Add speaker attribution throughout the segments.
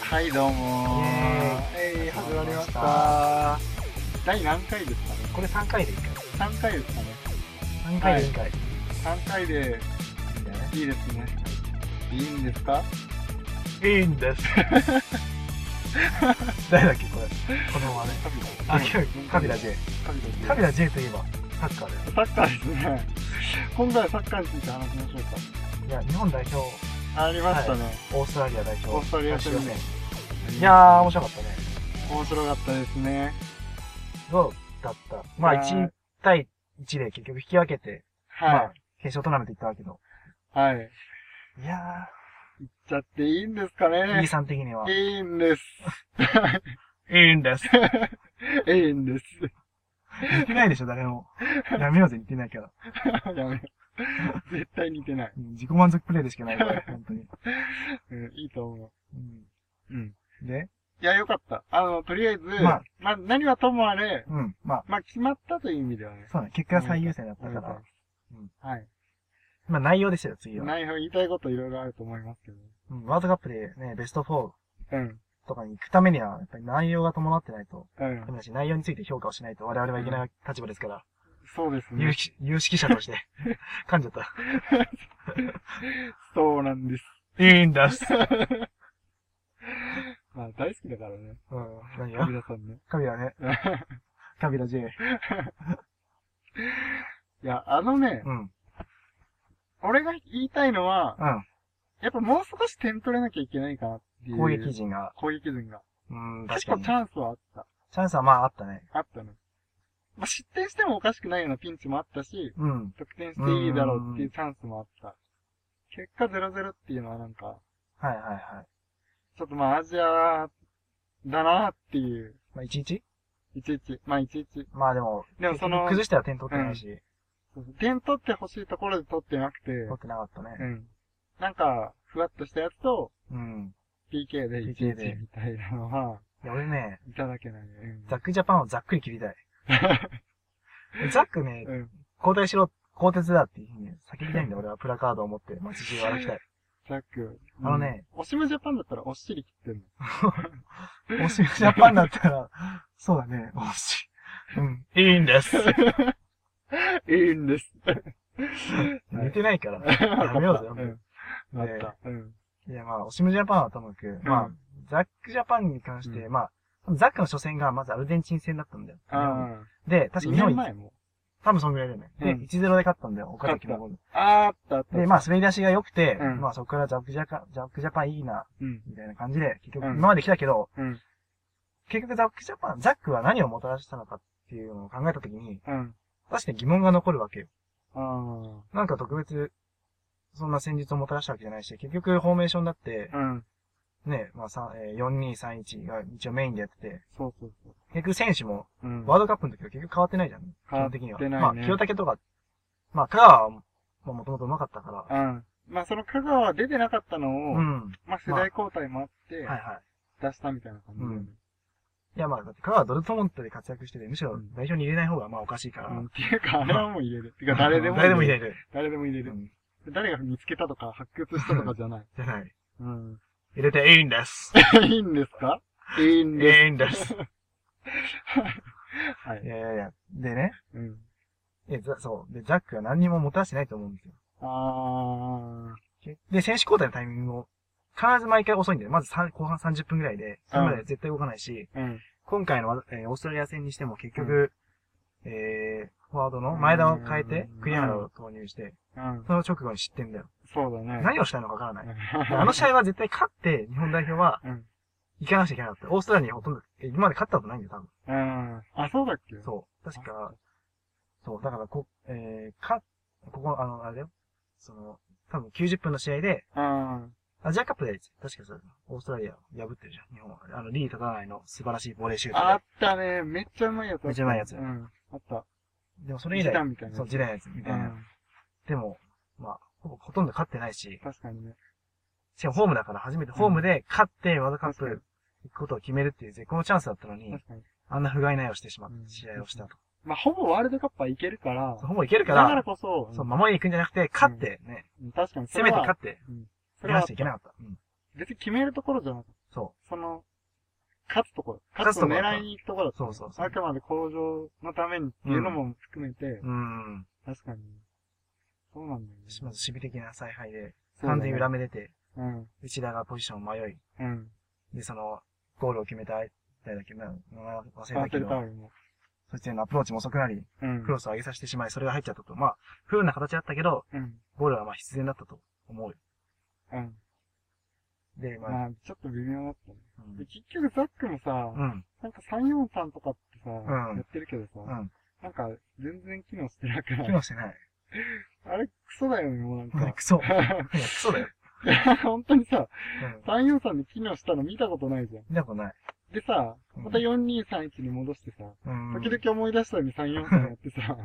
Speaker 1: はいどうも
Speaker 2: イ
Speaker 1: えい始まりまし
Speaker 2: 始ま
Speaker 1: た第何回ですかね
Speaker 2: これ3回でいいか
Speaker 1: 3回ですかね
Speaker 2: 3回でいいかい、
Speaker 1: 3回で
Speaker 2: いいんだね
Speaker 1: いいですねいいんですか
Speaker 2: いいんです誰だっけこれこのまね
Speaker 1: カビ
Speaker 2: あ違うカビラ J
Speaker 1: カビラ J
Speaker 2: カビラ J といえばサッカーだよ
Speaker 1: サッカーですね今度はサッカーについて話しましょう
Speaker 2: いや日本代表
Speaker 1: かありましたね、
Speaker 2: オーストラリア代表
Speaker 1: オーストラリア戦
Speaker 2: 最終
Speaker 1: ね
Speaker 2: 予選いやー面白かったね
Speaker 1: 面白かったですね
Speaker 2: どうだったまあ
Speaker 1: いやー
Speaker 2: 1対1で結局引き分けて、ま
Speaker 1: は
Speaker 2: あ決勝トーナメント行ったわけど
Speaker 1: いはい
Speaker 2: いや
Speaker 1: 行っちゃっていいんですか
Speaker 2: ー、E
Speaker 1: ね
Speaker 2: さん的にはい
Speaker 1: いんです
Speaker 2: いいんです
Speaker 1: いいんです
Speaker 2: 似てないでしょ誰もやめようぜ似てないキャラ
Speaker 1: やめよう絶対似てない、
Speaker 2: うん自己満足プレイでしかないから本当に、
Speaker 1: うん、いいと思
Speaker 2: う
Speaker 1: ううん
Speaker 2: ん、で
Speaker 1: いや、よかった。あの、とりあえず、
Speaker 2: まあ
Speaker 1: まあ、何はともあれ、
Speaker 2: うん。まあ、
Speaker 1: まあ、決まったという意味ではね。
Speaker 2: そうだね。結果が最優先だった
Speaker 1: おめ
Speaker 2: か
Speaker 1: でとう
Speaker 2: ら。うん
Speaker 1: はい。
Speaker 2: まあ、内容でしたよ、次は。
Speaker 1: 内容言いたいこといろいろあると思いますけど。
Speaker 2: うん、ワールドカップでね、ベスト4
Speaker 1: うん。
Speaker 2: とかに行くためには、やっぱり内容が伴ってないと、
Speaker 1: うん
Speaker 2: ダ。メだし、内容について評価をしないと我々はいけない立場ですから、
Speaker 1: そうです
Speaker 2: 有
Speaker 1: ね。
Speaker 2: 識有識者と して、噛んじゃった。
Speaker 1: そうなんです。
Speaker 2: いいんだっす。
Speaker 1: まあ、大好きだからね。
Speaker 2: うん。何が
Speaker 1: 皆さんね。
Speaker 2: カビラね。カビラ J。
Speaker 1: いや、あのね、
Speaker 2: うん。うん。
Speaker 1: 俺が言いたいのは、やっぱもう少し点取れなきゃいけないかなっていう。
Speaker 2: 攻撃。陣が、
Speaker 1: 攻撃陣が。
Speaker 2: うん、確
Speaker 1: 結
Speaker 2: か
Speaker 1: 構
Speaker 2: に。
Speaker 1: チ
Speaker 2: チ
Speaker 1: ャンスはあった。
Speaker 2: ャンスはまああったね。
Speaker 1: あったね。まあ、失点してもおかしくないようなピンチもあったし、
Speaker 2: うん。
Speaker 1: 得点していいだろうっていうチャンスもあった。結果0-0っていうのはなんか、
Speaker 2: はいはいはい。
Speaker 1: ちょっとまあアジアだなっていう、
Speaker 2: まあ、いちいち
Speaker 1: 11、まあ11。
Speaker 2: まあでも、
Speaker 1: でもその、
Speaker 2: 崩したら点取ってないし、
Speaker 1: 点取ってほしいところで取ってなくて、
Speaker 2: 取ってなかったね。
Speaker 1: うん。なんか、ふわっとしたやつと、
Speaker 2: うん。
Speaker 1: PK で
Speaker 2: PK で
Speaker 1: 11みたいなのは、
Speaker 2: いや、俺ね、
Speaker 1: いただけないね。うん
Speaker 2: ザックジャパンをざっくり切りたい。ザックね、
Speaker 1: うん。
Speaker 2: 交代しろ、鋼鉄だっていうふうに叫びたいんだよ、俺はプラカードを持って街中を歩きたい。
Speaker 1: ザック。
Speaker 2: あのね
Speaker 1: うん、オシムジャパンだったらおっしり切ってんの。
Speaker 2: もしジャパンだったら、そうだね、もし。うん。いいんです。
Speaker 1: いいん です。
Speaker 2: 寝てないから。
Speaker 1: や
Speaker 2: やめようぜやめよう
Speaker 1: うん。あった。うん。
Speaker 2: いや、まあ、オシムジャパンはともかく、まあ、ザックジャパンに関して、
Speaker 1: う
Speaker 2: まあ、ザックの初戦がまずアルゼンチン戦だったんだよ。
Speaker 1: ああ。
Speaker 2: で、確か
Speaker 1: 2
Speaker 2: 日
Speaker 1: 年
Speaker 2: 本、
Speaker 1: 前も。
Speaker 2: 多分そんぐらいだよね。で、
Speaker 1: うん
Speaker 2: 1-0で勝ったんだよ、岡崎のゴール
Speaker 1: あーあったあった。
Speaker 2: で、まあ、滑り出しが良くて、
Speaker 1: うん
Speaker 2: まあ、そこからザックジャパン、ザックジャパンいいな、
Speaker 1: うん。
Speaker 2: みたいな感じで、結局
Speaker 1: うん
Speaker 2: 今まで来たけど、
Speaker 1: うん。
Speaker 2: 結局ザックジャパン、ザックは何をもたらしたのかっていうのを考えたときに、
Speaker 1: うん。
Speaker 2: 確かに疑問が残るわけよ。
Speaker 1: あ
Speaker 2: なんか特別、そんな戦術をもたらしたわけじゃないし、結局フォーメーションだって
Speaker 1: あ。、うん。
Speaker 2: ね、まあ、さえー4231が一応メインでやってて、
Speaker 1: そうそうそう。
Speaker 2: 結局選手も、
Speaker 1: うん。
Speaker 2: ワールドカップの時は結局変わってないじゃん。基
Speaker 1: 変わ
Speaker 2: 本
Speaker 1: って
Speaker 2: 的には。
Speaker 1: ないね
Speaker 2: まあ、清武とか、まあ、香川は、まあ、もともと上手かったから、
Speaker 1: うん。まあ、その香川は出てなかったのを、
Speaker 2: うん。は
Speaker 1: まあ、世代交代もあって、
Speaker 2: いはい。
Speaker 1: 出したみたいな感じだよね。
Speaker 2: いや、まあ、だって香川はドルトモントで活躍してて、むしろ
Speaker 1: うん
Speaker 2: 代表に入れない方がまあおかしいから。
Speaker 1: うん。っていうか、あれはもう入れる。てか、誰でも。
Speaker 2: 誰でも入
Speaker 1: る。
Speaker 2: れる。
Speaker 1: 誰でも入れ
Speaker 2: う
Speaker 1: る。
Speaker 2: ん
Speaker 1: 誰が見つけたとか、発掘したとかじゃない。
Speaker 2: じゃない。
Speaker 1: うん。
Speaker 2: 入れていいんです。
Speaker 1: いいんですかいいん
Speaker 2: い
Speaker 1: で
Speaker 2: いんです。
Speaker 1: す。はいい。
Speaker 2: やいやいや。でね。
Speaker 1: うん。
Speaker 2: え、ざそう。で、ザックは何にももたらしてないと思うんですよ。
Speaker 1: あ
Speaker 2: で、選手交代のタイミングも、必ず毎回遅いんだよ。まずさん後半30分ぐらいで、それまで絶対動かないし、
Speaker 1: ー。うん。
Speaker 2: 今回のわ、えーオーストラリア戦にしても結局、えー、フォワードの前田を変えて
Speaker 1: うん、
Speaker 2: 栗原を投入して、
Speaker 1: うん。
Speaker 2: その直後に失点だよ。
Speaker 1: そうだね。
Speaker 2: 何をしたいのかわからない。であ
Speaker 1: あ
Speaker 2: の試合は絶対勝って、日本代表は
Speaker 1: うん。
Speaker 2: 行かなくちゃいけなかった。オーストラリアにほとんど、え今まで勝ったことないんだよ、多分。
Speaker 1: うん。あ、そうだっけ
Speaker 2: そう。確か、そう、だからこ、えー、か、ここ、あの、あれだよ。その、多分90分の試合で、
Speaker 1: うん。
Speaker 2: アジアカップで、確かさ、オーストラリアを破ってるじゃん、日本は。あの、リー・タタナイの素晴らしいボレーシュー
Speaker 1: あ
Speaker 2: ト
Speaker 1: ったね。めっちゃうまいやつ。
Speaker 2: めっちゃうまいや
Speaker 1: う
Speaker 2: つ
Speaker 1: ん。あった。
Speaker 2: で。でもそれ以
Speaker 1: 時
Speaker 2: 来
Speaker 1: 短、みたいな。
Speaker 2: そう、時代のやつ、みたいな。
Speaker 1: うん
Speaker 2: でも、まあ、ほぼほとんど勝ってないし、
Speaker 1: 確かにね。
Speaker 2: しかもホームだから、初めてホームで勝ってワールドカッ
Speaker 1: 確
Speaker 2: プ行くことを決めるっていう絶好のチャンスだったのに、
Speaker 1: 確かに。
Speaker 2: あんな不甲斐ないをしてしまっ
Speaker 1: うん
Speaker 2: た、試合をしたと。
Speaker 1: まあ、ほぼワールドカップはいけるから、
Speaker 2: そうほぼいけるか
Speaker 1: だから
Speaker 2: ら、
Speaker 1: こそ、
Speaker 2: そう、守りに行くんじゃなくて、勝って、ね、
Speaker 1: うん確かにそ
Speaker 2: 攻
Speaker 1: れ
Speaker 2: めて
Speaker 1: は、
Speaker 2: 勝って、
Speaker 1: それ
Speaker 2: いかな
Speaker 1: は
Speaker 2: くちゃいけなかった。うん
Speaker 1: 別に決めるところじゃなかっ
Speaker 2: そ
Speaker 1: その、勝つところ、
Speaker 2: 勝
Speaker 1: 勝
Speaker 2: つ
Speaker 1: つ
Speaker 2: と
Speaker 1: と
Speaker 2: こ
Speaker 1: こ
Speaker 2: ろ
Speaker 1: 狙いに行くところ
Speaker 2: う。、そうそうそう
Speaker 1: あ。くまで向上のためにっていうのも含めて、
Speaker 2: うん。
Speaker 1: 確かに。そうなんだよね。
Speaker 2: まず守備的な采配で、
Speaker 1: そうだ
Speaker 2: 完
Speaker 1: ね
Speaker 2: 全に裏目出て、
Speaker 1: うん。
Speaker 2: 内田がポジションを迷い、
Speaker 1: うん。
Speaker 2: で、その、ゴールを決めた相手だっけな、な忘れ
Speaker 1: バ
Speaker 2: た
Speaker 1: ーテ
Speaker 2: け
Speaker 1: ルタオ
Speaker 2: ど、
Speaker 1: ルも。
Speaker 2: そいつへのアプローチも遅くなり、
Speaker 1: うん。
Speaker 2: クロスを上げさせてしまい、それが入っちゃったと。まあ、不運な形だったけど、
Speaker 1: うん。
Speaker 2: ゴールはまあ必然だったと思うよ。
Speaker 1: うん。
Speaker 2: で、まあ、
Speaker 1: まあ、ちょっと微妙だったね。
Speaker 2: うん
Speaker 1: で、結局ザックもさ、
Speaker 2: うん。
Speaker 1: なんか343とかってさ、
Speaker 2: ん
Speaker 1: やってるけどさ、
Speaker 2: うん。
Speaker 1: なんか全然機能してなくな
Speaker 2: 機
Speaker 1: い。
Speaker 2: 能してない。
Speaker 1: あれ、クソだよね、もうなん
Speaker 2: うん
Speaker 1: か。
Speaker 2: クソ。いやクソだよ。
Speaker 1: 本当にさ、
Speaker 2: うん。
Speaker 1: 343で機能したの見たことないじゃん。
Speaker 2: 見たことない。
Speaker 1: でさ、
Speaker 2: うん
Speaker 1: また4231に戻してさ、
Speaker 2: うん。
Speaker 1: 時々思い出したのに343やってさ、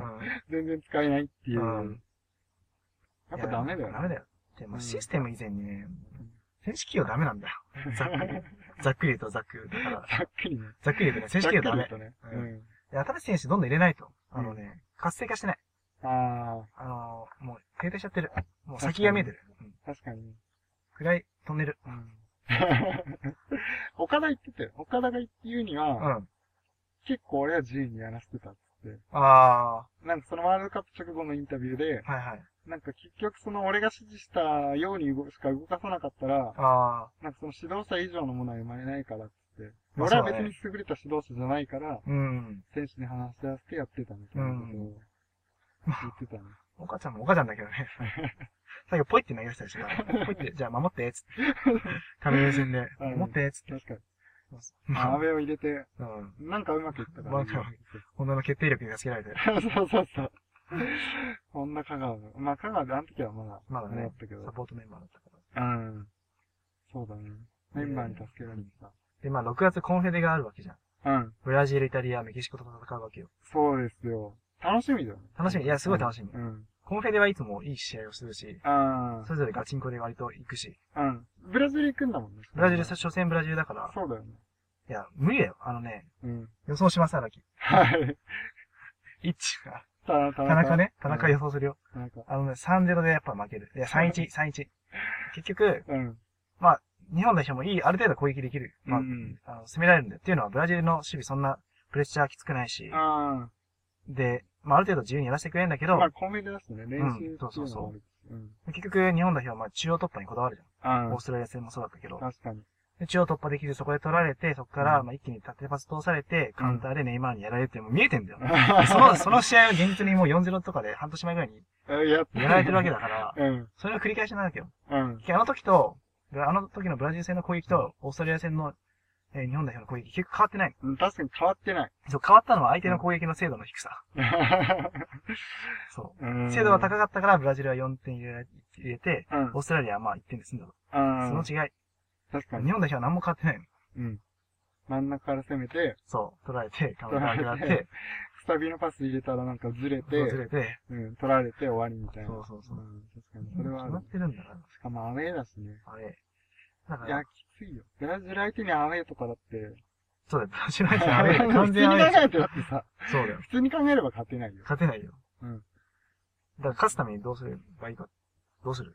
Speaker 1: 全然使えないっていう。
Speaker 2: うん
Speaker 1: やっぱダメだよ、ね。
Speaker 2: ダメだよ。で、まあ、
Speaker 1: うん
Speaker 2: システム以前にね、選手起用ダメなんだよ。ざっくり。ざっくり言うとざっくり。だから、
Speaker 1: ざっくりね。
Speaker 2: ざっくり言うとね、選手起用ダ
Speaker 1: ざ
Speaker 2: メ
Speaker 1: っく。り言うとね。
Speaker 2: う
Speaker 1: うん。
Speaker 2: で新しい選手どんどん入れないと。あのね、活性化してない。
Speaker 1: あ
Speaker 2: あのー、もう停滞しちゃってる。もう先が見えてる。うん
Speaker 1: あ、確かに。
Speaker 2: 暗いトンネル。
Speaker 1: うん 岡田言ってたよ。岡田が言うには、
Speaker 2: うん。
Speaker 1: 結構俺は自由にやらせてたっつって。
Speaker 2: あ
Speaker 1: なんかそのワールドカップ直後のインタビューで、
Speaker 2: ー、はいはい。
Speaker 1: なんか結局その俺が指示したように動しか動かさなかったら、
Speaker 2: あ
Speaker 1: なんかその指導者以上のものは生まれないからっつって。
Speaker 2: まあ
Speaker 1: 俺は
Speaker 2: そうだ
Speaker 1: 別
Speaker 2: ね
Speaker 1: に優れた指導者じゃないから、
Speaker 2: ー、うん。
Speaker 1: 選手に話し合わせてやってたみたいなことを言ってたね。
Speaker 2: お母ちゃんもお母ちゃんだけど ね。最後ポイって投げ出したりしてた。ポイって、じゃあ守って、つって。紙目線で、
Speaker 1: うん
Speaker 2: 守って、つって。
Speaker 1: 確かに。
Speaker 2: ま
Speaker 1: 阿
Speaker 2: あ、
Speaker 1: 部を入れて、
Speaker 2: うん。
Speaker 1: なんかうまくいったから、
Speaker 2: なんか女の決定力に助けられて。
Speaker 1: そうそうそう。こんな香川の。まあ香川であの時はまだ、
Speaker 2: まだね
Speaker 1: あれったけ
Speaker 2: サ
Speaker 1: ど。
Speaker 2: ポートメンバーだったから。
Speaker 1: うん。そうだね。メンバーに助けられてた。
Speaker 2: で、まあ、6月コンフェデがあるわけじゃん。
Speaker 1: うん。
Speaker 2: ブラジル、イタリア、メキシコと戦うわけよ。
Speaker 1: そうですよ。楽しみだよね。
Speaker 2: 楽しみいやすごい楽しみ
Speaker 1: うん。
Speaker 2: コンフェデはいつもいい試合をするし、
Speaker 1: あ
Speaker 2: それぞれガチンコで割と行くし、
Speaker 1: あ。うん。ブラジル行くんだもんね。
Speaker 2: ブラジル、初戦ブラジルだから、
Speaker 1: そうだよね。
Speaker 2: いや、無理だよ。あのね、
Speaker 1: うん。
Speaker 2: 予想します、荒木。
Speaker 1: はい。
Speaker 2: イッチが。
Speaker 1: 田中
Speaker 2: 田中。ね、田中
Speaker 1: うん
Speaker 2: 予想するよ。
Speaker 1: 田中。
Speaker 2: あのね、3-0でやっぱ負ける。いや、3-1、3-1。結局、
Speaker 1: うん。
Speaker 2: 日本代表もいい、ある程度攻撃できる。まあ、
Speaker 1: うん
Speaker 2: あの攻められるんだよ。っていうのは、ブラジルの守備そんなプレッシャーきつくないし、
Speaker 1: あ
Speaker 2: で、まあ、ある程度自由にやらせてくれるんだけ
Speaker 1: あ。
Speaker 2: ど、
Speaker 1: まあ、コンビニだしね。練習っていう
Speaker 2: うんそうそう
Speaker 1: の
Speaker 2: そう
Speaker 1: もあるし。うん。
Speaker 2: 結局、日本代表はまあ中央突破にこだわるじゃん。
Speaker 1: あ
Speaker 2: オーストラリア戦もそうだったけ
Speaker 1: あ。
Speaker 2: ど、
Speaker 1: 確かに。
Speaker 2: で中央突破できずそこで取られて、そこから
Speaker 1: うん
Speaker 2: まあ一気に縦パス通されて、カウンターでネイマールにやられるってもう見えてんだ よ。そ
Speaker 1: そ
Speaker 2: の、その試合は現実にもう4-0とかで半年前ぐらいに
Speaker 1: の、 やっ
Speaker 2: やられてるわけ
Speaker 1: だ。
Speaker 2: だから、
Speaker 1: うん。
Speaker 2: それの繰り返しなわけよ。
Speaker 1: うん。
Speaker 2: あの時と、あの時のブラジル戦の攻撃と、オーストラリア戦の、えー日本代表の攻撃結構変わってない。
Speaker 1: うん確かに変わってない。
Speaker 2: そう、変わったのは相手の攻撃の精度の低さ。そう。 精度が高
Speaker 1: く、
Speaker 2: かったから、ブラジルは4点入れられ入れて、
Speaker 1: うん。うん
Speaker 2: オーストラリアはまあ1点で済んだと。その違い。
Speaker 1: 確か
Speaker 2: 日
Speaker 1: に。
Speaker 2: 本代表は何も変わってないの。
Speaker 1: うん。真ん中から攻めて、
Speaker 2: そう、取られて、カウンターが上がっ
Speaker 1: 取られ
Speaker 2: て、
Speaker 1: くさびのパス入れたらなんかずれ
Speaker 2: そう
Speaker 1: て
Speaker 2: ず、れて、
Speaker 1: うん、取られて終わりみたいな。
Speaker 2: そうそうそうん
Speaker 1: 確かに、それはあ
Speaker 2: 決
Speaker 1: る
Speaker 2: まっ。てるんだから。
Speaker 1: しかもアウェーだしね。
Speaker 2: あれ。だか
Speaker 1: いや、
Speaker 2: ら
Speaker 1: き、ついよ。ブラジル相手にアウェーとかだって。
Speaker 2: そうだよ、ブラジ ル相手はアウェーだよ完全アウェ
Speaker 1: 普通に考え
Speaker 2: ー
Speaker 1: てだってさ、
Speaker 2: そうだ よ。
Speaker 1: 普通に考えれば勝てないよ。
Speaker 2: 勝てないよ。
Speaker 1: うん
Speaker 2: だから勝つためにどうすればいいか。どうする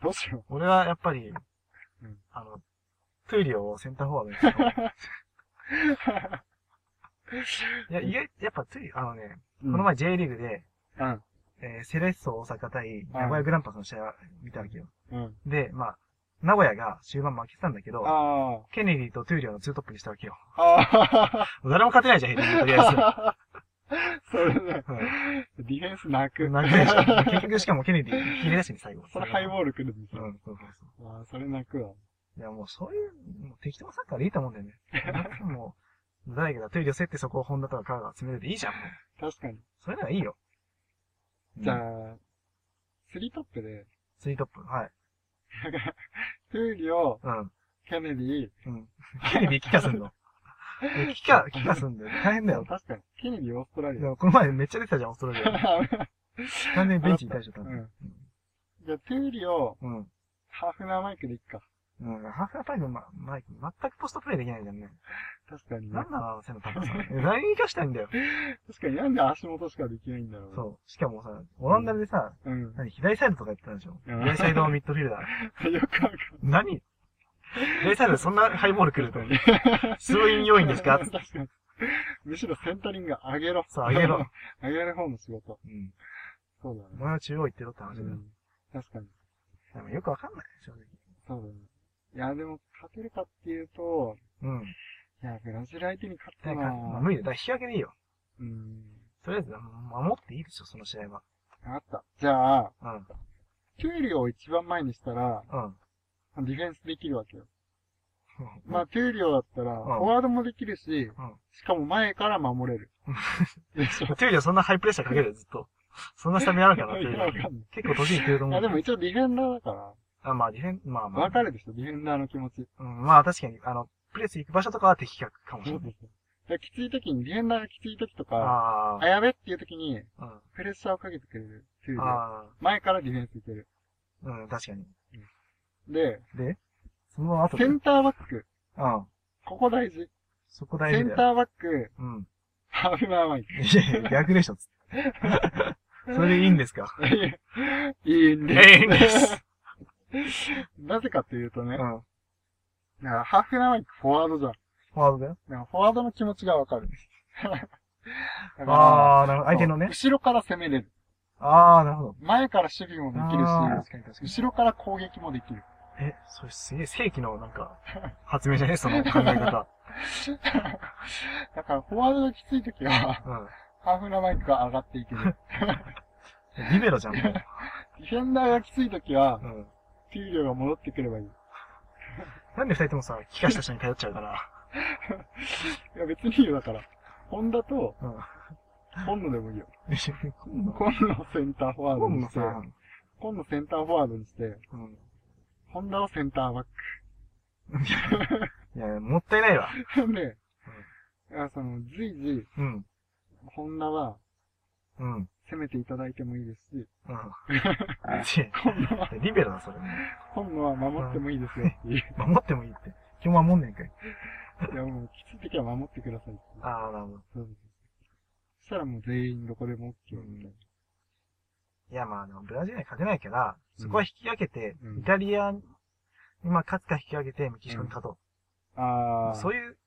Speaker 1: どうしよ
Speaker 2: 俺はやっぱり、
Speaker 1: うん
Speaker 2: あの、トゥーリオをセンターフォワ ードにするといや、意外、やっぱトゥーリオ、あのね、
Speaker 1: う。
Speaker 2: この前 J リーグで、
Speaker 1: うん。
Speaker 2: えーセレッソ大阪対名古屋グランパスの試合を見たわけよ。
Speaker 1: うん。
Speaker 2: で、まあ、名古屋が終盤負けてたんだけど、
Speaker 1: あ
Speaker 2: ケネディとトゥーリオのツートップにしたわけよ。
Speaker 1: あ。ああ。
Speaker 2: 誰も勝てないじゃん、ヘディングとりあ
Speaker 1: それね。
Speaker 2: えず。うん
Speaker 1: ディフェンス泣 く。
Speaker 2: 投げないじゃん。結局しかもケネディ、ひれ出しに最後。
Speaker 1: それハイボール来るんです
Speaker 2: う
Speaker 1: よ。
Speaker 2: ん、そうそうそ
Speaker 1: ああ、それ泣くわ。
Speaker 2: う。いや、もうそういう、もう適当なサッカーでいいと思うんだよね。もう、誰かがトゥーリオ競ってそこをホンダとかカーが詰めてていいじゃん、もう。
Speaker 1: 確かに。
Speaker 2: それならいいよ。
Speaker 1: じゃ
Speaker 2: うん、
Speaker 1: あ、スリートップで、
Speaker 2: ツイートップ。はい。
Speaker 1: トゥーリオ、
Speaker 2: うん。
Speaker 1: ケネディ、
Speaker 2: うん。ケネディ帰 化すんの。え帰化、帰化すんだよ。大変だよ。
Speaker 1: 確かに、ケネディ、オーストラ
Speaker 2: で
Speaker 1: リア。
Speaker 2: もこの前めっちゃ出てたじゃん、オーストラリア。完全にベンチに対してた
Speaker 1: う
Speaker 2: の。
Speaker 1: ん。じゃあ、トゥーリオ、
Speaker 2: うん。
Speaker 1: ハーフナーマイクでいっか。
Speaker 2: うん。ハーフアタイム、ま、マイク、全くポストプレイできないじゃんね。
Speaker 1: 確かにね
Speaker 2: なん。なの、あの背の高さ。え誰に生かしたいんだよ。
Speaker 1: 確かになんで足元しかできないんだろう。
Speaker 2: そう。しかもさ、オランダでさ、
Speaker 1: う。うん。
Speaker 2: 何左サイドとか言ってたでしょ
Speaker 1: うん
Speaker 2: 左サイドミッドフィルダー。
Speaker 1: よくわかんない。
Speaker 2: 何レイサイドでそんなハイボール来ると、すごい良いんですかつって
Speaker 1: 確かに。むしろセンタリング上げろ。
Speaker 2: そう上げろ。
Speaker 1: 上げる方の仕事。
Speaker 2: うん。
Speaker 1: そうだね
Speaker 2: お。前は中央行ってろって話
Speaker 1: う
Speaker 2: だよ。
Speaker 1: ん確かに。
Speaker 2: でもよくわかんない、正直。
Speaker 1: そうだね。いや、でも、勝てるかっていうと、
Speaker 2: うん。
Speaker 1: いや、ブラジル相手に勝った
Speaker 2: で
Speaker 1: な
Speaker 2: かまあ、無理だ。だから引き分けでいいよ。
Speaker 1: うん。
Speaker 2: とりあえず、守っていいでしょ、その試合は。
Speaker 1: あった。じゃあ、
Speaker 2: うん。
Speaker 1: キュエリを一番前にしたら、
Speaker 2: うん。
Speaker 1: ディフェンスできるわけよ。まあ、キュエリオだったら、
Speaker 2: ん
Speaker 1: フォワードもできるし、しかも前から守 れる。でしょ。
Speaker 2: トゥーリはそんなハイプレッシャーかけるよ、ずっと。そんなスタミナあるかな、トゥー リ
Speaker 1: いやわ
Speaker 2: は
Speaker 1: かんない
Speaker 2: 結構年いってる
Speaker 1: い
Speaker 2: と思
Speaker 1: や、
Speaker 2: う
Speaker 1: で。も一応ディフェンダーだか
Speaker 2: あ、まあ、ディフェン、まあ
Speaker 1: ら、
Speaker 2: ま
Speaker 1: わか
Speaker 2: あ。
Speaker 1: るでしょ、ディフェンダーの気持ち。
Speaker 2: うん、まあ確かに、あの、プレス行く場所とかは的確かもし
Speaker 1: そ
Speaker 2: れ
Speaker 1: うそ
Speaker 2: ない。
Speaker 1: うそうできつい時に、ディフェンダーがきつい時とか、
Speaker 2: あ
Speaker 1: あ、やべっていう時に、
Speaker 2: あ、うん。
Speaker 1: プレッシャーをかけてくれる。キュエリオ
Speaker 2: あ
Speaker 1: 前からディフェンスいける。
Speaker 2: あ、うん、確かに。
Speaker 1: で、
Speaker 2: で、その後で。
Speaker 1: セ
Speaker 2: うん。
Speaker 1: ンターバック。ここ大事。
Speaker 2: そこ大
Speaker 1: セ
Speaker 2: 事
Speaker 1: ン
Speaker 2: だよ。
Speaker 1: ターバック、
Speaker 2: うん。
Speaker 1: ハーフナーマイ
Speaker 2: いやいや、逆でしょ、つって。 それでいいんですか
Speaker 1: ク。いいん です。
Speaker 2: いいんです。
Speaker 1: なぜかというと
Speaker 2: う
Speaker 1: ね
Speaker 2: ん。フ、ォ
Speaker 1: だからハーフナーマイクフォワードじゃん。
Speaker 2: ワードだよ。
Speaker 1: だからフォワードの気持ちがわ かる。あ、
Speaker 2: ああ、なるほど。相手のね。
Speaker 1: 後ろから攻めれる。
Speaker 2: ああ、なるほど。
Speaker 1: 前から守備もできる
Speaker 2: あー
Speaker 1: し、
Speaker 2: 確かに確かに。
Speaker 1: 後ろから攻撃もできる。
Speaker 2: え、それすげえ正規のなんか、発明じゃねえその考え方。
Speaker 1: だから、フォワードがきついときは、
Speaker 2: う
Speaker 1: ハーフナーマイクが上がっていける。
Speaker 2: ん。リベ ロじゃん、もう。
Speaker 1: ディフェンダーがきついときは
Speaker 2: う、ん。
Speaker 1: 給料が戻ってくればいい。
Speaker 2: なんで二人ともさ、気化した人に頼っちゃうから。
Speaker 1: いや、別にいいよ、だから。ホンダと、
Speaker 2: うん。
Speaker 1: 今野でもいいよ。
Speaker 2: 今度、
Speaker 1: 今野をセンターフォワード
Speaker 2: 今
Speaker 1: に
Speaker 2: 度
Speaker 1: して、
Speaker 2: さ、
Speaker 1: 今野センターフォワードにして、
Speaker 2: うん。
Speaker 1: ホンダをセンターバッ
Speaker 2: いや、もったいないわ。
Speaker 1: ク。で、いやその、随時、
Speaker 2: うん。
Speaker 1: ホンダは
Speaker 2: うん。 うん。
Speaker 1: 攻めていただいてもいいですし、
Speaker 2: いやリベロだ、それ。
Speaker 1: 今野は守ってもいいですよって いう。
Speaker 2: 守ってもいいって。今日守んねんかい。
Speaker 1: いや、もう、きつい時は守ってくださいって。
Speaker 2: ああ、なるほど。
Speaker 1: そうです。そしたらもう全員どこでも OK みたい
Speaker 2: いや、まあ、でもブラジルには勝てないから、そこは引き分けて、
Speaker 1: うん
Speaker 2: イタリアに、まあ、勝つか引き分けて、メキシコに勝とう。
Speaker 1: な。ああ。
Speaker 2: そういう、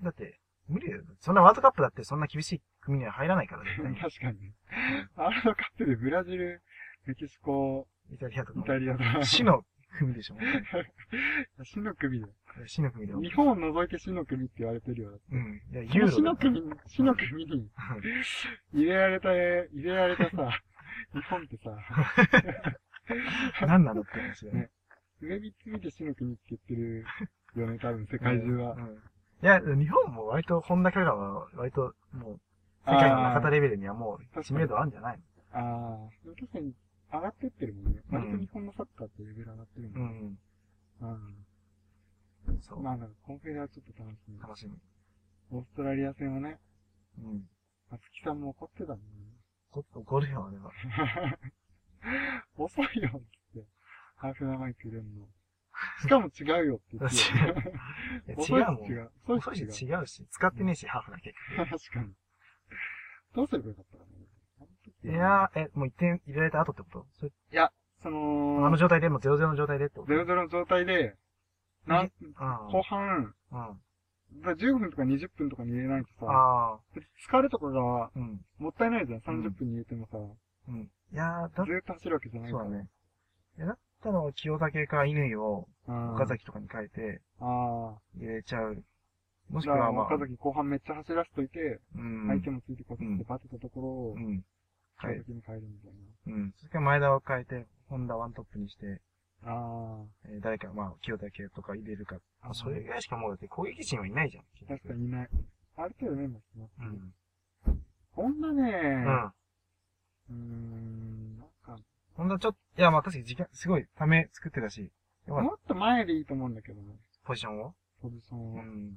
Speaker 2: だって、無理だよ。そんなワールドカップだってそんな厳しい組には入らないから、絶対に。
Speaker 1: 確かに。ワールドカップでブラジル、メキシコ、
Speaker 2: イタリアとか
Speaker 1: イ
Speaker 2: も。
Speaker 1: タリアと、
Speaker 2: 死の組でしょ、もう
Speaker 1: 死の組だよ。
Speaker 2: 死の組でも。
Speaker 1: 日本を除いて死の組って言われてるよ。
Speaker 2: うん。いや、
Speaker 1: そ
Speaker 2: ユ
Speaker 1: の
Speaker 2: ー
Speaker 1: 死
Speaker 2: ロ
Speaker 1: の
Speaker 2: だから。
Speaker 1: 組、死の組に入れられた、入れられたさ、 日本ってさ、
Speaker 2: 何なのって話だよね
Speaker 1: ね。上3つ見て死の国って言ってるよね、多分世界中は
Speaker 2: う。ん。いや、日本も割と、本田キャラは割と、もう、世界の中田レベルにはもう、知名度あるんじゃない
Speaker 1: ああ、でも確かに上がってってるもんね。
Speaker 2: う
Speaker 1: 割
Speaker 2: ん
Speaker 1: と日本のサッカーってレベル上がってるも
Speaker 2: のうん
Speaker 1: ね。
Speaker 2: ん。
Speaker 1: うん。
Speaker 2: そう。
Speaker 1: まあなんか、コンフェデはちょっと楽しみ。
Speaker 2: 楽しみ。
Speaker 1: オーストラリア戦はね、
Speaker 2: うん。
Speaker 1: 松木さんも怒ってたもんね。
Speaker 2: こ怒るよ、あれ は。
Speaker 1: 遅いよってって、ハーフナーマイク入れんの。しかも違うよって言 って
Speaker 2: いや
Speaker 1: 遅い
Speaker 2: 違
Speaker 1: し
Speaker 2: うも
Speaker 1: 違
Speaker 2: ん。
Speaker 1: う。遅い
Speaker 2: 遅い
Speaker 1: し
Speaker 2: し
Speaker 1: 違う。
Speaker 2: 違うし、使ってねえし、ハーフだけ。
Speaker 1: 確かに。どうすればよかったか
Speaker 2: い
Speaker 1: な。
Speaker 2: やー、え、もう1点入れられた後ってことそれ
Speaker 1: いや、そ
Speaker 2: あの
Speaker 1: の、
Speaker 2: 状態でもう0-0の状態でってこと
Speaker 1: ゼロゼロの状態で、なん、
Speaker 2: あ
Speaker 1: 後半、
Speaker 2: あ。うん。
Speaker 1: だから15分とか20分とかに入れないとさ、
Speaker 2: ああ。
Speaker 1: 疲れとかが
Speaker 2: うん。
Speaker 1: もったいないじゃん。30分に入れてもさ、
Speaker 2: うん。いやー、だ
Speaker 1: ずーっと走るわけじゃない
Speaker 2: そ
Speaker 1: か
Speaker 2: うだ
Speaker 1: ら。
Speaker 2: ね。いやだったら、清武か乾を
Speaker 1: うん
Speaker 2: 岡崎とかに変えて
Speaker 1: あ
Speaker 2: 入れちゃう。
Speaker 1: あ。
Speaker 2: もし
Speaker 1: だ
Speaker 2: く
Speaker 1: から
Speaker 2: は、まあ
Speaker 1: 岡、崎後半めっちゃ走らせといて、
Speaker 2: うん。
Speaker 1: 相手もついてこさせてバテたところを
Speaker 2: う、ん。
Speaker 1: 帰る時に帰るみたい
Speaker 2: うん。それから前田を変えて、本田ワントップにして、
Speaker 1: な。あ
Speaker 2: えー誰か、まあ、清武とか入れるか。
Speaker 1: あ。
Speaker 2: それぐらいしかもうだって攻撃陣はいないじゃん。
Speaker 1: 確かにいない。ある程度メンバーしてます。
Speaker 2: うん。
Speaker 1: こんなね、
Speaker 2: うん。
Speaker 1: うーん、なんか、
Speaker 2: 本田ちょっと、いや、まあ確かに時間、すごい、ため作ってたし、よかった
Speaker 1: もっと前でいいと思うんだけどね、
Speaker 2: ポジションを。
Speaker 1: ポジション
Speaker 2: う
Speaker 1: は。
Speaker 2: ん。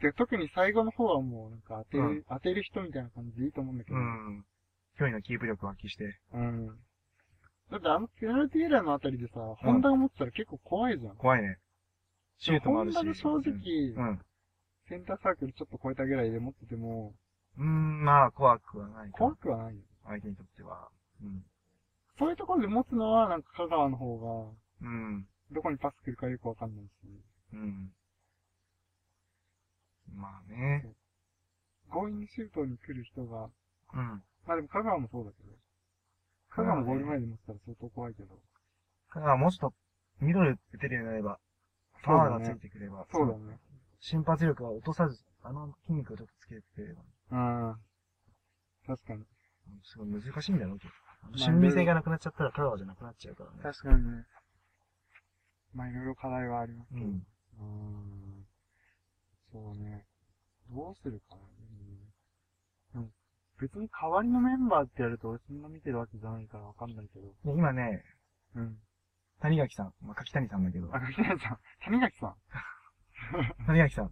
Speaker 1: で、特に最後の方はもうなんか当て
Speaker 2: う
Speaker 1: る、当てる人みたいな感じでいいと思うんだけ
Speaker 2: う
Speaker 1: ど。
Speaker 2: ん。脅威のキープ力を発揮して、
Speaker 1: うん。だってあのペナルティエラーのあたりでさ、ホンダが持ってたら結構怖いじゃん。
Speaker 2: 怖いね。シュートもあるし。
Speaker 1: ホンダが正直、
Speaker 2: うん。
Speaker 1: センターサークルちょっと超えたぐらいで持ってても、
Speaker 2: うん、まあ、怖くはないか
Speaker 1: 怖くはないよ。
Speaker 2: 相手にとっては。うん。
Speaker 1: そういうところで持つのは、なんか香川の方が、
Speaker 2: うん。
Speaker 1: どこにパス来るかよくわかんないし、
Speaker 2: うん。まあね。
Speaker 1: 強引にシュートに来る人が、
Speaker 2: うん。
Speaker 1: まあでも香川もそうだけど、香川もゴール前で持ってたら相当怖いけど、
Speaker 2: だからもうちょっと、ミドル打てるようになれば、パワーがついてくれば、
Speaker 1: そうだね。
Speaker 2: 瞬発力は落とさず、あの筋肉をちょっとつけてくれれば、
Speaker 1: うん。確かに。
Speaker 2: うんすごい難しいんだろうけど。あの
Speaker 1: まあ
Speaker 2: 俊敏性がなくなっちゃったらカラーじゃなくなっちゃうからね。
Speaker 1: 確かにね。まあいろいろ課題はあります
Speaker 2: う
Speaker 1: けど。
Speaker 2: ん。
Speaker 1: うーんそうね。どうするかね。うん、でも別に代わりのメンバーってやると俺そんな見てるわけじゃないからわかんないけど。
Speaker 2: で、今ね、
Speaker 1: うん。
Speaker 2: 谷垣さん、まあ、柿谷さんだけど
Speaker 1: あ、、柿谷さん。谷垣さん。
Speaker 2: 谷垣さん、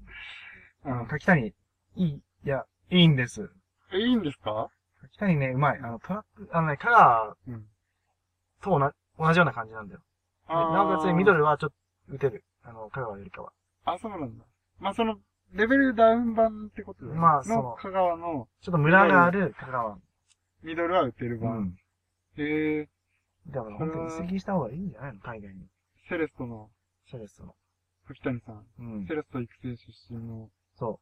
Speaker 2: あ
Speaker 1: う
Speaker 2: の、柿谷、いい、いや、いいんです。
Speaker 1: ん。え、いいんですか
Speaker 2: 柿谷ね、うまい。あの、トラップ、あのね、カラ
Speaker 1: うん。
Speaker 2: ーと同じ同じような感じなんだよ。でなおかつね、ミド
Speaker 1: ル。
Speaker 2: ルはちょっと打てる。あの、香川よりかは。
Speaker 1: あ、そうなんだ。まあその、レベルダウン版ってことだよね。
Speaker 2: まあその
Speaker 1: の香川の
Speaker 2: ちょっとムラがある香川。
Speaker 1: ミドルは打てる
Speaker 2: う
Speaker 1: 版。
Speaker 2: ん。
Speaker 1: へえ、
Speaker 2: だから本当に移籍した方がいいんじゃないの海外に。
Speaker 1: セレストの
Speaker 2: セレスの。
Speaker 1: 柿谷さん。
Speaker 2: うん
Speaker 1: セ。レスト育成出身の、
Speaker 2: そ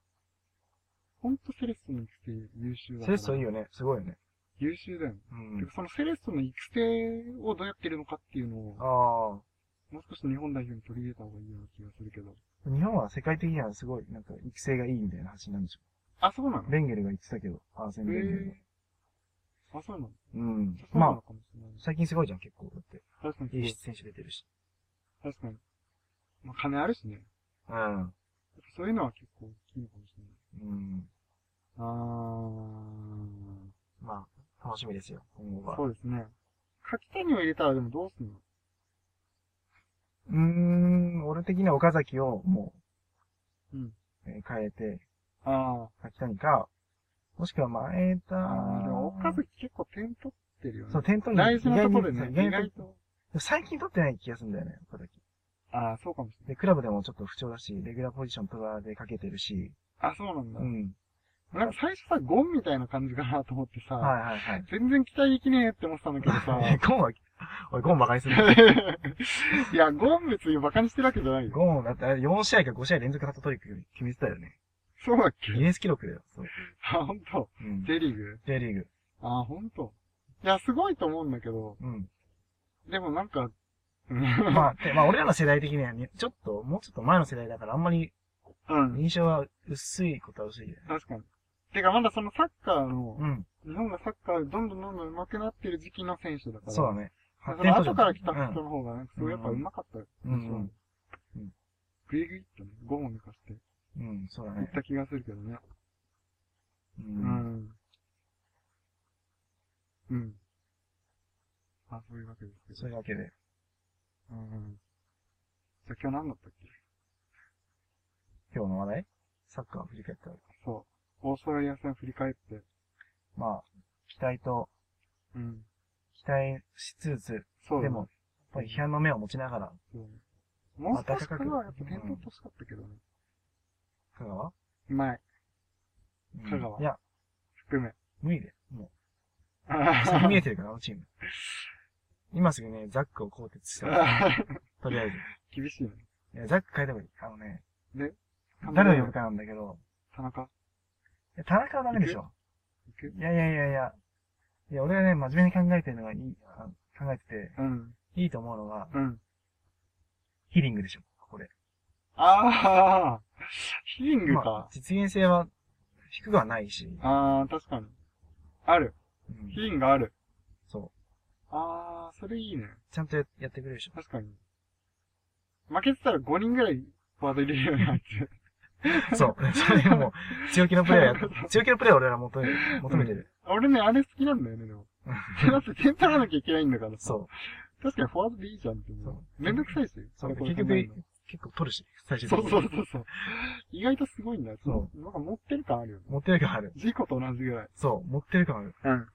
Speaker 1: ほんとセレストの育成優秀だか
Speaker 2: う。
Speaker 1: ら
Speaker 2: セレストいいよね。すごいよね。
Speaker 1: 優秀だよね。
Speaker 2: う
Speaker 1: て
Speaker 2: ん
Speaker 1: か。そのセレストの育成をどうやってるのかっていうのを、
Speaker 2: あ
Speaker 1: もう少し日本代表に取り入れた方がいいような気がするけど。
Speaker 2: あ。日本は世界的にはすごい、なんか、育成がいいみたいな話なんでしょ。
Speaker 1: あ、そうなの
Speaker 2: ベンゲルが言ってたけど、アーセン・ベンゲルが。
Speaker 1: あ、そうなの
Speaker 2: うん
Speaker 1: そうな
Speaker 2: ま
Speaker 1: の
Speaker 2: あ、
Speaker 1: かもしれない。
Speaker 2: 最近すごいじゃん、結構。だって、
Speaker 1: 確かにすご
Speaker 2: いい
Speaker 1: い、
Speaker 2: 選手出てるし。
Speaker 1: 確かに。まあ、金あるしね。
Speaker 2: うん。
Speaker 1: そういうのは結構大きいのかもしれない。
Speaker 2: うん。
Speaker 1: あ
Speaker 2: まあ、楽しみですよ、今後
Speaker 1: ー。
Speaker 2: は。
Speaker 1: そうですね。柿谷を入れたらでもどうすんの
Speaker 2: うーん、俺的には岡崎をもう、
Speaker 1: うん
Speaker 2: えー変えて、
Speaker 1: あ
Speaker 2: 柿谷か、もしくは前田、
Speaker 1: あ。あーでも、岡崎結構点取ってるよね。
Speaker 2: そう、点取り
Speaker 1: 大事なところでね、
Speaker 2: 意
Speaker 1: 意
Speaker 2: 外
Speaker 1: 外
Speaker 2: に
Speaker 1: と。
Speaker 2: 最近取ってない気がするんだよね、岡崎。
Speaker 1: ああ、そうかもしれ
Speaker 2: で、クラブでもちょっと不調だし、レギュラーポジション取られかけてるし、
Speaker 1: ない。あ、そうなんだ。
Speaker 2: うん。
Speaker 1: なんか最初さ、ゴンみたいな感じかなと思ってさ、
Speaker 2: はいはいはい。
Speaker 1: 全然期待できねえって思ってたんだけど さ。
Speaker 2: えゴンは、おい、ゴンバカにするな。
Speaker 1: いや、ゴン別に馬鹿にしてるわけじゃないよ。
Speaker 2: ゴン、だってあれ4試合か5試合連続ハットトリック決めてたよね。
Speaker 1: そうだっ
Speaker 2: ギ
Speaker 1: け
Speaker 2: ネス記録だよ。そう。
Speaker 1: あ、ほんと。
Speaker 2: うん。
Speaker 1: J リーグ
Speaker 2: J リーグ。
Speaker 1: あ、ほんと。いや、すごいと思うんだけど、
Speaker 2: うん。
Speaker 1: でもなんか、 うん
Speaker 2: まあ、でまあ、俺らの世代的にはね、ちょっと、もうちょっと前の世代だから、あんまり
Speaker 1: うん。
Speaker 2: 印象は薄いことは薄いよね。
Speaker 1: 確かに。てか、まだそのサッカーの、
Speaker 2: うん。
Speaker 1: 日本がサッカーどんどんどんどん上手くなってる時期の選手だから。
Speaker 2: そうだね。
Speaker 1: だ
Speaker 2: 発
Speaker 1: から後か
Speaker 2: 展途上
Speaker 1: ら来た
Speaker 2: うん
Speaker 1: 人の方が、なんか、そうやっぱ上手かったよ。
Speaker 2: うんうんうん
Speaker 1: グイグイっとね、ゴンを抜かして、
Speaker 2: うん、そうだ
Speaker 1: 行っ
Speaker 2: ね。
Speaker 1: た気がするけどね。
Speaker 2: う。
Speaker 1: うんん。うん。まあ、そういうわけですけ
Speaker 2: そう
Speaker 1: ど。
Speaker 2: いうわけで。
Speaker 1: うん。じゃあ今日何だったっけ
Speaker 2: 今日の話題サッカーを振り返ったら。
Speaker 1: そう。オーストラリア戦振り返って。
Speaker 2: まあ、期待と、
Speaker 1: うん。
Speaker 2: 期待しつつ、
Speaker 1: そうだね
Speaker 2: でも、やっ、ぱり批判の目を持ちながら、
Speaker 1: そうもう少し
Speaker 2: 暖か
Speaker 1: 香
Speaker 2: く
Speaker 1: 川やっぱ点取ってほしかったけどね。
Speaker 2: 香川
Speaker 1: うまい。
Speaker 2: うん
Speaker 1: 香川
Speaker 2: いや、
Speaker 1: 含め。
Speaker 2: 無理で。も
Speaker 1: あ
Speaker 2: う、先見
Speaker 1: は
Speaker 2: えてるから、あのチーム。今すぐね、ザックを更迭して、
Speaker 1: は
Speaker 2: とりあえず。
Speaker 1: 厳しいね。
Speaker 2: いや、ザック変えた方がいい。あのね、誰を呼ぶ
Speaker 1: か
Speaker 2: かなんだけど、
Speaker 1: 田中
Speaker 2: いや田中はダメでしょ。
Speaker 1: 行く
Speaker 2: いやいやいやいや。いや、俺はね、真面目に考えてるのがいい、あ考えてて、
Speaker 1: うん。
Speaker 2: いいと思うのが、
Speaker 1: うん。
Speaker 2: ヒーリングでしょ、ここで。
Speaker 1: ああヒーリング
Speaker 2: まあ
Speaker 1: か。
Speaker 2: 実現性は低くはないし、
Speaker 1: ああ、確かに。ある。
Speaker 2: うん
Speaker 1: ヒーリングある。
Speaker 2: そう。
Speaker 1: ああ、それいいね。
Speaker 2: ちゃんとややってくれる でしょ。
Speaker 1: 確かに。負けてたら5人ぐらいフォワード入れるようになって。
Speaker 2: そう。それもう、強気のプレーをやっ強気のプレーを俺ら求める求めてる。
Speaker 1: 俺ね、あれ好きなんだよね、 でも。だって点取らなきゃいけないんだからさ。
Speaker 2: そう。
Speaker 1: 確かにフォワードでいいじゃんって思
Speaker 2: そうう。
Speaker 1: めんどくさいし。
Speaker 2: そう
Speaker 1: れこれ
Speaker 2: 結
Speaker 1: 考える
Speaker 2: 局
Speaker 1: の、
Speaker 2: 結構取るし、最終
Speaker 1: そ
Speaker 2: 的
Speaker 1: う
Speaker 2: に。
Speaker 1: そうそうそう。意外とすごいんだよ。
Speaker 2: そ
Speaker 1: なんか持ってる感あるよね。
Speaker 2: 持ってる感ある。
Speaker 1: 事故と同じぐらい。
Speaker 2: そう、持ってる感ある。
Speaker 1: うん。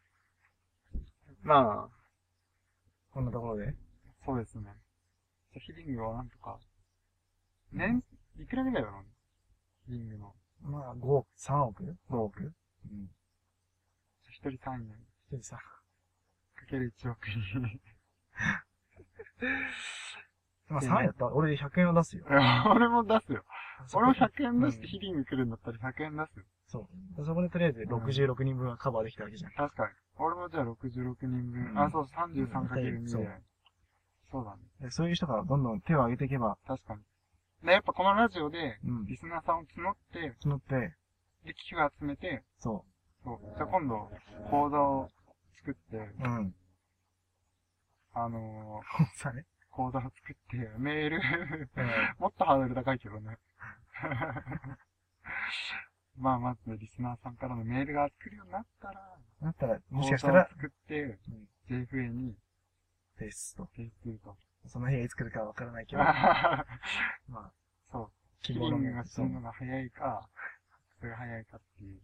Speaker 1: まあ、
Speaker 2: こんなところで。
Speaker 1: そうですね。じゃあヒリングはなんとか、年、いくらぐらいだろうね。ヒリングの。
Speaker 2: まあ、5億、3億 ?5 億うん。
Speaker 1: じゃあ一人3円、か
Speaker 2: 一人さ、
Speaker 1: ける1億に。
Speaker 2: まあ3円だったら俺100円は出すよ。
Speaker 1: 俺も出すよ。
Speaker 2: そこ
Speaker 1: 俺も100円出し
Speaker 2: う
Speaker 1: て
Speaker 2: ん
Speaker 1: ヒリング来るんだったら100円出すよ。
Speaker 2: そう。そこでとりあえず66人分はカバーできたわけじゃん。
Speaker 1: 確かに。俺もじゃあ66人分。
Speaker 2: うん
Speaker 1: あ、そう、33×2 で。
Speaker 2: そ
Speaker 1: そううだね。
Speaker 2: でそういう人がどんどん手を挙げていけば、
Speaker 1: 確かに。で、やっぱこのラジオで、
Speaker 2: うん。
Speaker 1: リスナーさんを募って、
Speaker 2: 募って、
Speaker 1: で、寄付集めて、
Speaker 2: そ
Speaker 1: そう。じゃあ今度、講座を作って、
Speaker 2: う。うん。
Speaker 1: あのー、
Speaker 2: そうね。
Speaker 1: 講座を作って、メール、
Speaker 2: うん。
Speaker 1: もっとハードル高いけどね。 まあ、まず、リスナーさんからのメールが来るようになったら、
Speaker 2: だったら、もしかした
Speaker 1: 口座を
Speaker 2: ら、
Speaker 1: 作って、JFA に
Speaker 2: フェイスと。
Speaker 1: 提出する と。
Speaker 2: その日がいつ来るかわからないけど、まあ、
Speaker 1: そう。
Speaker 2: 希
Speaker 1: キリ
Speaker 2: 望の
Speaker 1: ング
Speaker 2: 面
Speaker 1: が死
Speaker 2: そう
Speaker 1: ぬのが早いか、それが早いかっていう。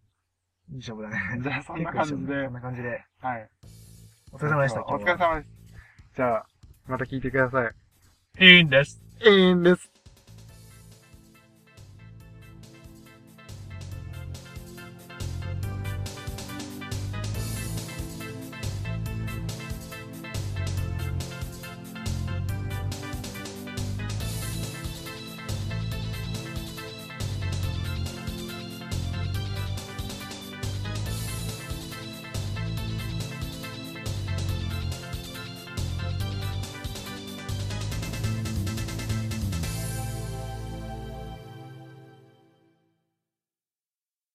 Speaker 2: いい勝負だね。
Speaker 1: じゃあ、そんな
Speaker 2: 結構
Speaker 1: 感
Speaker 2: いい勝
Speaker 1: じ
Speaker 2: 負
Speaker 1: で。
Speaker 2: そんな感じで。
Speaker 1: はい。
Speaker 2: お疲れ様でした。
Speaker 1: お疲れ様です。じゃあ、また聞いてください。
Speaker 2: れ。いいんです。
Speaker 1: いいんです。